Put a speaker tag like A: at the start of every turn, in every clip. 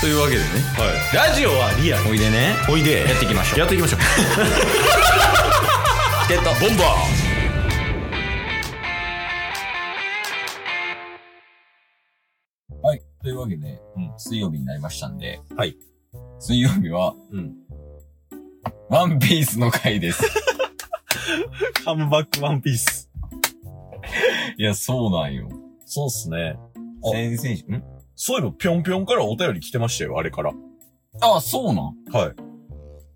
A: というわけでね
B: ラジオはリアル
A: おいでね
B: おいで
A: やっていきましょう
B: やっていきましょう
A: チケットボンバーはい。というわけで、
B: うん
A: 水曜日になりましたんで、
B: はい。
A: 水曜日は、
B: うん
A: ワンピースの回です。
B: カムバックワンピース
A: いや、そうなんよ。
B: そうっすねあ
A: 先々週、ん
B: そういえばぴょんぴょんからお便り来てましたよあれから
A: あ、そうなん
B: はい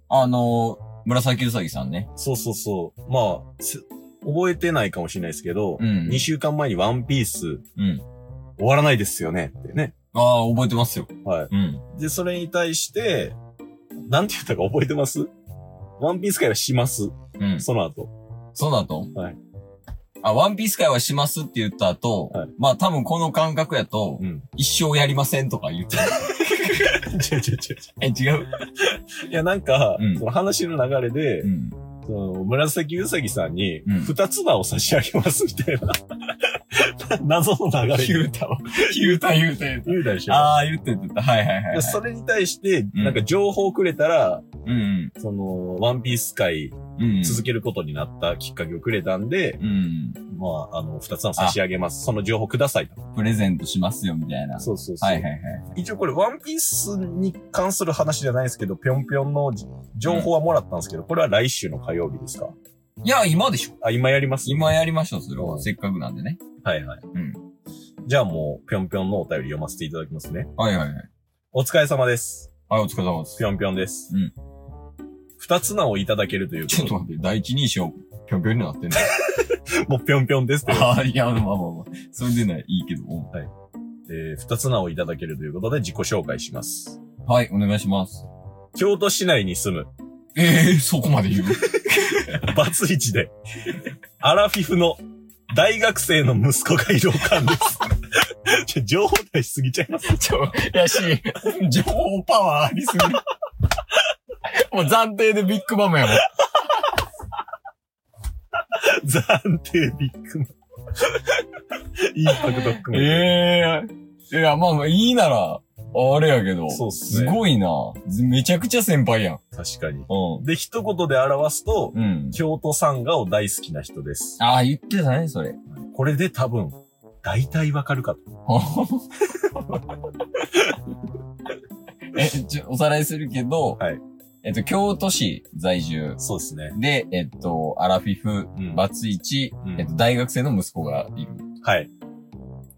A: あのー、紫うさぎさんね。
B: そうそうそうまあせ覚えてないかもしれないですけど、
A: うん
B: 2週間前にワンピース
A: うん。
B: 終わらないですよねってね
A: ああ、覚えてますよ。
B: は
A: うん。
B: いでそれに対してなんて言ったか覚えてますワンピース会はします
A: うん。
B: その後
A: そうだと
B: はい。
A: あ、ワンピース会はしますって言った後、
B: はい
A: まあ多分この感覚やと、
B: うん
A: 一生やりませんとか言ってる。
B: 違う違う違う
A: え、違う
B: いや、なんか、
A: うん
B: その話の流れで、
A: うん。
B: その紫うさぎさんに
A: うん、
B: 二つ葉を差し上げますみたいな、 謎の流れ。
A: 言う
B: たわ。
A: 言うた言うた言う
B: 言うたでしょ。
A: ああ、言って言ってた。はいはいはい、は
B: で
A: い。
B: それに対して、
A: うん
B: なんか情報くれたら、
A: うん
B: その、ワンピース会
A: うん。うん。
B: 続
A: け。
B: けることになったきっかけをくれたんで、
A: うん。
B: まあ、あの、二つ葉を差し上げます。その情報くださいと。
A: プレゼントしますよ、みたいな。
B: そうそうそう。
A: はいはいはい。
B: 一応これ、ワンピースに関する話じゃないですけど、ぴょんぴょんの情報はもらったんですけど、これは来週の火曜日ですか
A: いや、今でしょ。
B: あ、今やります
A: 今やりましょう、それは。せっかくなんでね。
B: はいはい。
A: うん。
B: じゃあもう、ぴょんぴょんのお便り読ませていただきますね。
A: はいはいはい。
B: お疲れ様です。
A: はい、お疲れ様です。
B: ぴょんぴょんです。
A: うん。
B: 二つ名をいただけるという
A: ちょっと
B: こ
A: 待って、第一人称、ぴょんぴょんになってんの
B: と。もうぴょんぴょんですって。
A: ああ、いや、まあまあまあ。それでね、いいけど。
B: えー、二つ名をいただけるということで自己紹介します。
A: はい、お願いします。
B: 京都市内に住む、
A: ええそこまで言う
B: バツイチで、アラフィフの大学生の息子がいるおかんです。ちょ情報出しすぎちゃいます。
A: ちょ、やし、情報パワーありすぎる。 もう暫定でビッグマムやもん。
B: 暫定ビッグマン。インパクト含めて。
A: ええいや、まあまあ、いいなら、あれやけど。
B: そうっす
A: す
B: ね
A: ごいな。ずめちゃくちゃ先輩やん。
B: 確かに。
A: う
B: で、一言で表すと、
A: ん。うん。
B: 京都サンガを大好きな人です。
A: ああ、言ってたね、それ。
B: これで多分、大体わかるかと。
A: え、ちょ、おさらいするけど、
B: はい
A: えっと、京都市在住
B: そうですね。
A: で、えっと、アラフィフ、
B: うん
A: バツイチ、
B: うん
A: えっと、大学生の息子がいる。
B: はい。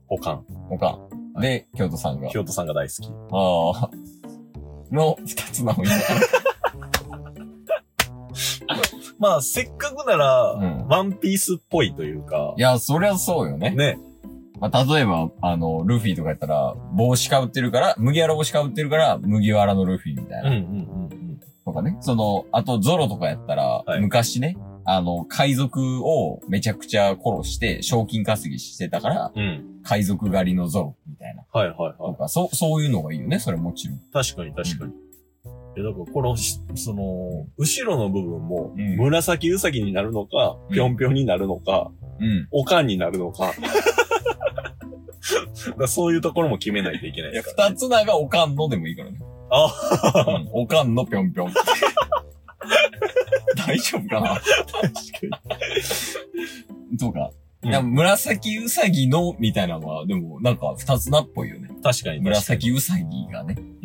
B: おかん。
A: おかん。で、京都さんが。
B: 京都さんが大好き。
A: ああ。 の二つ なのに。
B: まあ、せっかくなら、
A: うん
B: ワンピースっぽいというか
A: い、や、そりゃそうよね。
B: ね。
A: まあ、例えば、あの、ルフィとかやったら、帽子かぶってるから、麦わら帽子かぶってるから、麦わらのルフィみたい
B: うんう
A: な。
B: んうん
A: とかね。その、あと、ゾロとかやったら、
B: はい
A: 昔ね、あの、海賊をめちゃくちゃ殺して、賞金稼ぎしてたから、
B: うん。うん。
A: 海賊狩りのゾロみたいな。
B: はいはい
A: と
B: は
A: か、そう、そういうのがいいよね、それもちろん。
B: い。確かに確かに。え、だからこのし、その、後ろの部分も、
A: うん
B: 紫うさぎになるのか、
A: うん
B: ぴょんぴょんになるのか、
A: うん。
B: おかんになるのか。 だからそういうところも決めないといけない
A: いや、
B: ですから、
A: 二
B: ね。
A: つ名がおかんのでもいいからね。
B: あ、
A: うんおかんのぴょんぴょ ん。大丈夫かな
B: 確かに。
A: とか。
B: うん
A: いや紫うさぎの、みたいなのは、でも、なんか、二つ名っぽいよね。
B: 確かに。
A: 紫うさぎがね。
B: うん。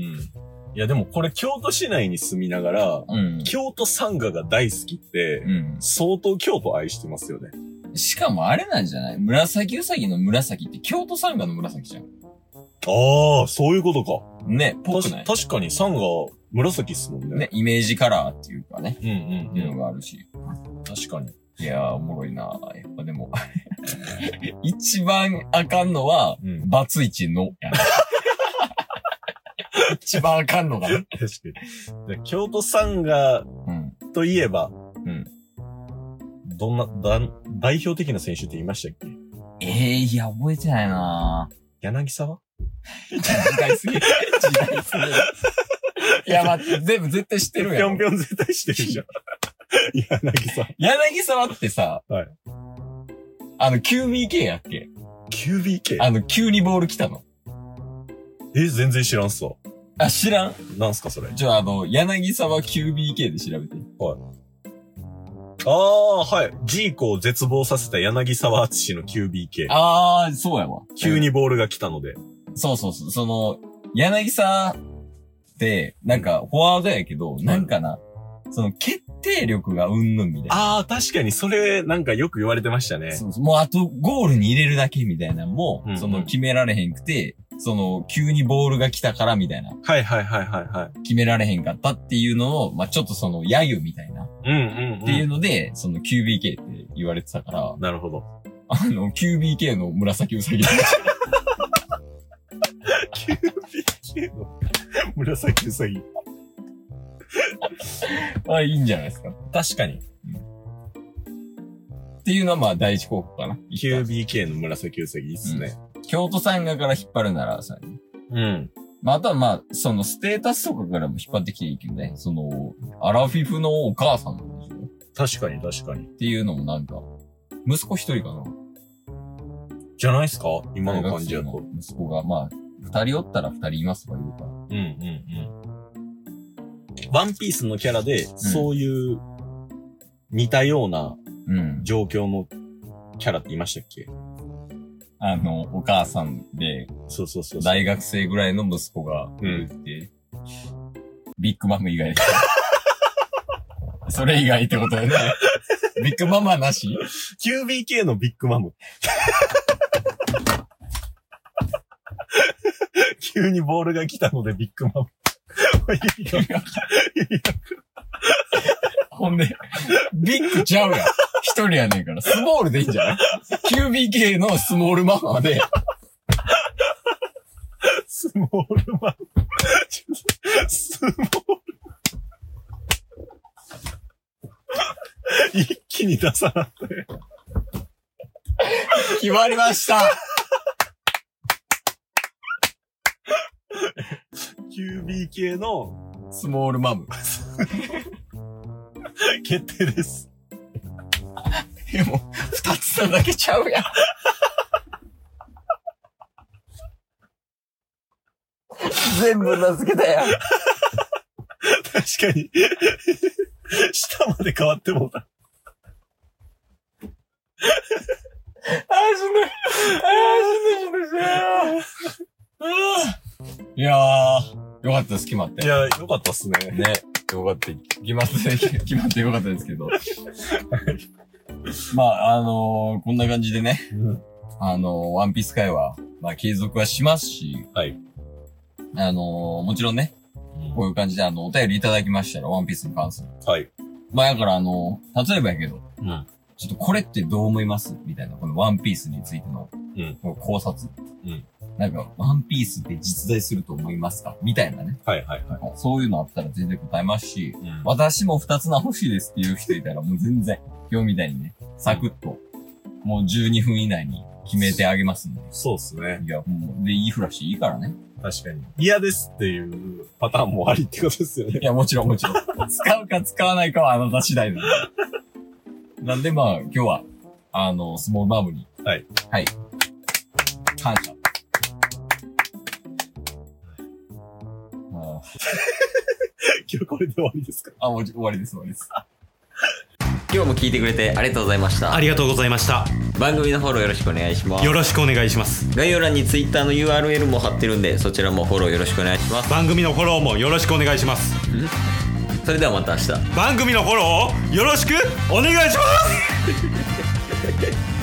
B: いや、でもこれ京都市内に住みながら、
A: うん。
B: 京都サンガが大好きって、
A: う
B: 相当京都愛してますよね。
A: ん。しかもあれなんじゃない紫うさぎの紫って京都サンガの紫じゃん。
B: ああ、そういうことか。
A: ね、ぽく
B: た
A: ない
B: し確かにサンガ紫っすもんね。
A: ね、イメージカラーっていうかね、
B: うん
A: っ
B: うん。
A: ていううんのがあるし。
B: 確かに。
A: いやー、おもろいなやっぱでも、 一番あかんのは、
B: うん。
A: バツイチのやな。 一番あかんのがね。
B: 確かに。京都サンガ
A: うん。
B: といえば、
A: ん
B: どんな、だん代表的な選手って言いましたっけ
A: ええいや、覚えてないな
B: 柳沢
A: 時代すぎる。時代すぎる。いや、まあ、全部絶対知ってる
B: ぴ
A: や
B: ょん
A: ん
B: ぴ。ょん絶対してるじゃん。 柳沢。
A: 柳沢ってさ、
B: はい
A: あの、QBK やっけ
B: QBK?
A: あの、急にボール来たの。
B: え、全然知らんっすわ。
A: あ、知らん
B: なんすか、それ。
A: じゃあ、あの、柳沢 QBK で調べて。
B: ああ、はい。ジーコを絶望させた柳沢敦の QBK。
A: あー、そうやわ。
B: 急にボールが来たので。
A: そうそうそう。その、柳沢って、なんか、フォワードやけど、なんかな、その、決定力がうんぬんみたいな。
B: ああ、確かに、それ、なんかよく言われてましたね。
A: そうそうもう、あと、ゴールに入れるだけみたいなのも、
B: うんうん
A: その、決められへんくて、その、急にボールが来たからみたいな、
B: はいはいはいはいはい。
A: 決められへんかったっていうのを、まあちょっとその、揶揄みたいな、っ
B: うんうん、うん。
A: ていうので、その、QBK って言われてたから、
B: なる ほど。
A: あの、QBK の紫うさぎ だ。
B: 紫うさぎ。
A: あ、いいんじゃないですか。
B: 確かに。
A: っていうのは、まあ第一候補かな。
B: QBK の紫うさぎいいっすね。
A: 京都サンガから引っ張るなら、さ、
B: うん。
A: まあ、あとはまあ、そのステータスとかからも引っ張ってきていいけどね。その、アラフィフのお母さんなんでしょ
B: 確かに確かに。
A: っていうのもなんか、息子一人かな
B: じゃないっすか今の感じやと。。
A: 息子が、まあ、二人おったら二人いますとか言うから。
B: うんうんうん。ワンピースのキャラで、そういう、似たような
A: うん。
B: 状況のキャラっていましたっけ
A: あの、お母さんで、
B: そうそうそうそう。
A: 大学生ぐらいの息子が
B: うん
A: って、ビッグマム 以外で。それ以外ってことだよね。ビッグマムはなし
B: QBK のビッグマム。急にボールが来たのでビッグマム。意味が
A: ほんで、ビッグちゃうやん。一人やねんから、スモールでいいんじゃない ?QBK のスモールママで、
B: スモールマン。ちょっとスモールマン。一気に出さなかったよ。
A: 決まりました
B: QBK の
A: スモールマム。
B: 決定です。
A: でも、二つ差だけちゃうやん。全部名付けたやん。
B: 確かに。下まで変わってもう
A: あ
B: た。
A: ー、しんどい。あー、しんどい、しんどい、しんどいあー。いやー、よかったです、決まって。
B: い
A: ね、
B: や、よかったっすね。
A: よかった。 決まって、決まってよかったですけど。 まあ、あのー、こんな感じでね、あのー、ワンピース会は、まあ、継続はしますし、
B: はい。
A: あのー、もちろんね、こういう感じで、あの、お便りいただきましたら、ワンピースに関する。
B: はい。
A: まあ、だから、あのー、例えばやけど、
B: うん。
A: ちょっとこれってどう思いますみたいな、このワンピースについての
B: うん。
A: この考察。
B: うん
A: なんか、ワンピースって実在すると思いますかみたいなね。
B: はいはいはい。
A: そういうのあったら全然答えますし、
B: うん
A: 私も二つな欲しいですっていう人いたらもう全然、今日みたいにね、サクッと、もう12分以内に決めてあげますんで。
B: そうっすね。
A: いや、もう、で、いいフラッシュいいからね。
B: 確かに。嫌ですっていうパターンもありってことですよ ね
A: い。や、もちろんもちろん。使うか使わないかはあなた次第なんで。なんでまあ、今日は、あの、スモールマームに。
B: はい。
A: はい。感謝。あー
B: 今日これで終わりですか
A: あ、もう終わりです、終わりです。
C: 今日も聞いてくれてありがとうございました
D: ありがとうございました。
C: 番組のフォローよろしくお願いします
D: よろしくお願いします。
C: 概要欄に Twitter の URL も貼ってるんでそちらもフォローよろしくお願いします
D: 番組のフォローもよろしくお願いします。
C: それではまた明日
D: 番組のフォローをよろしくお願いします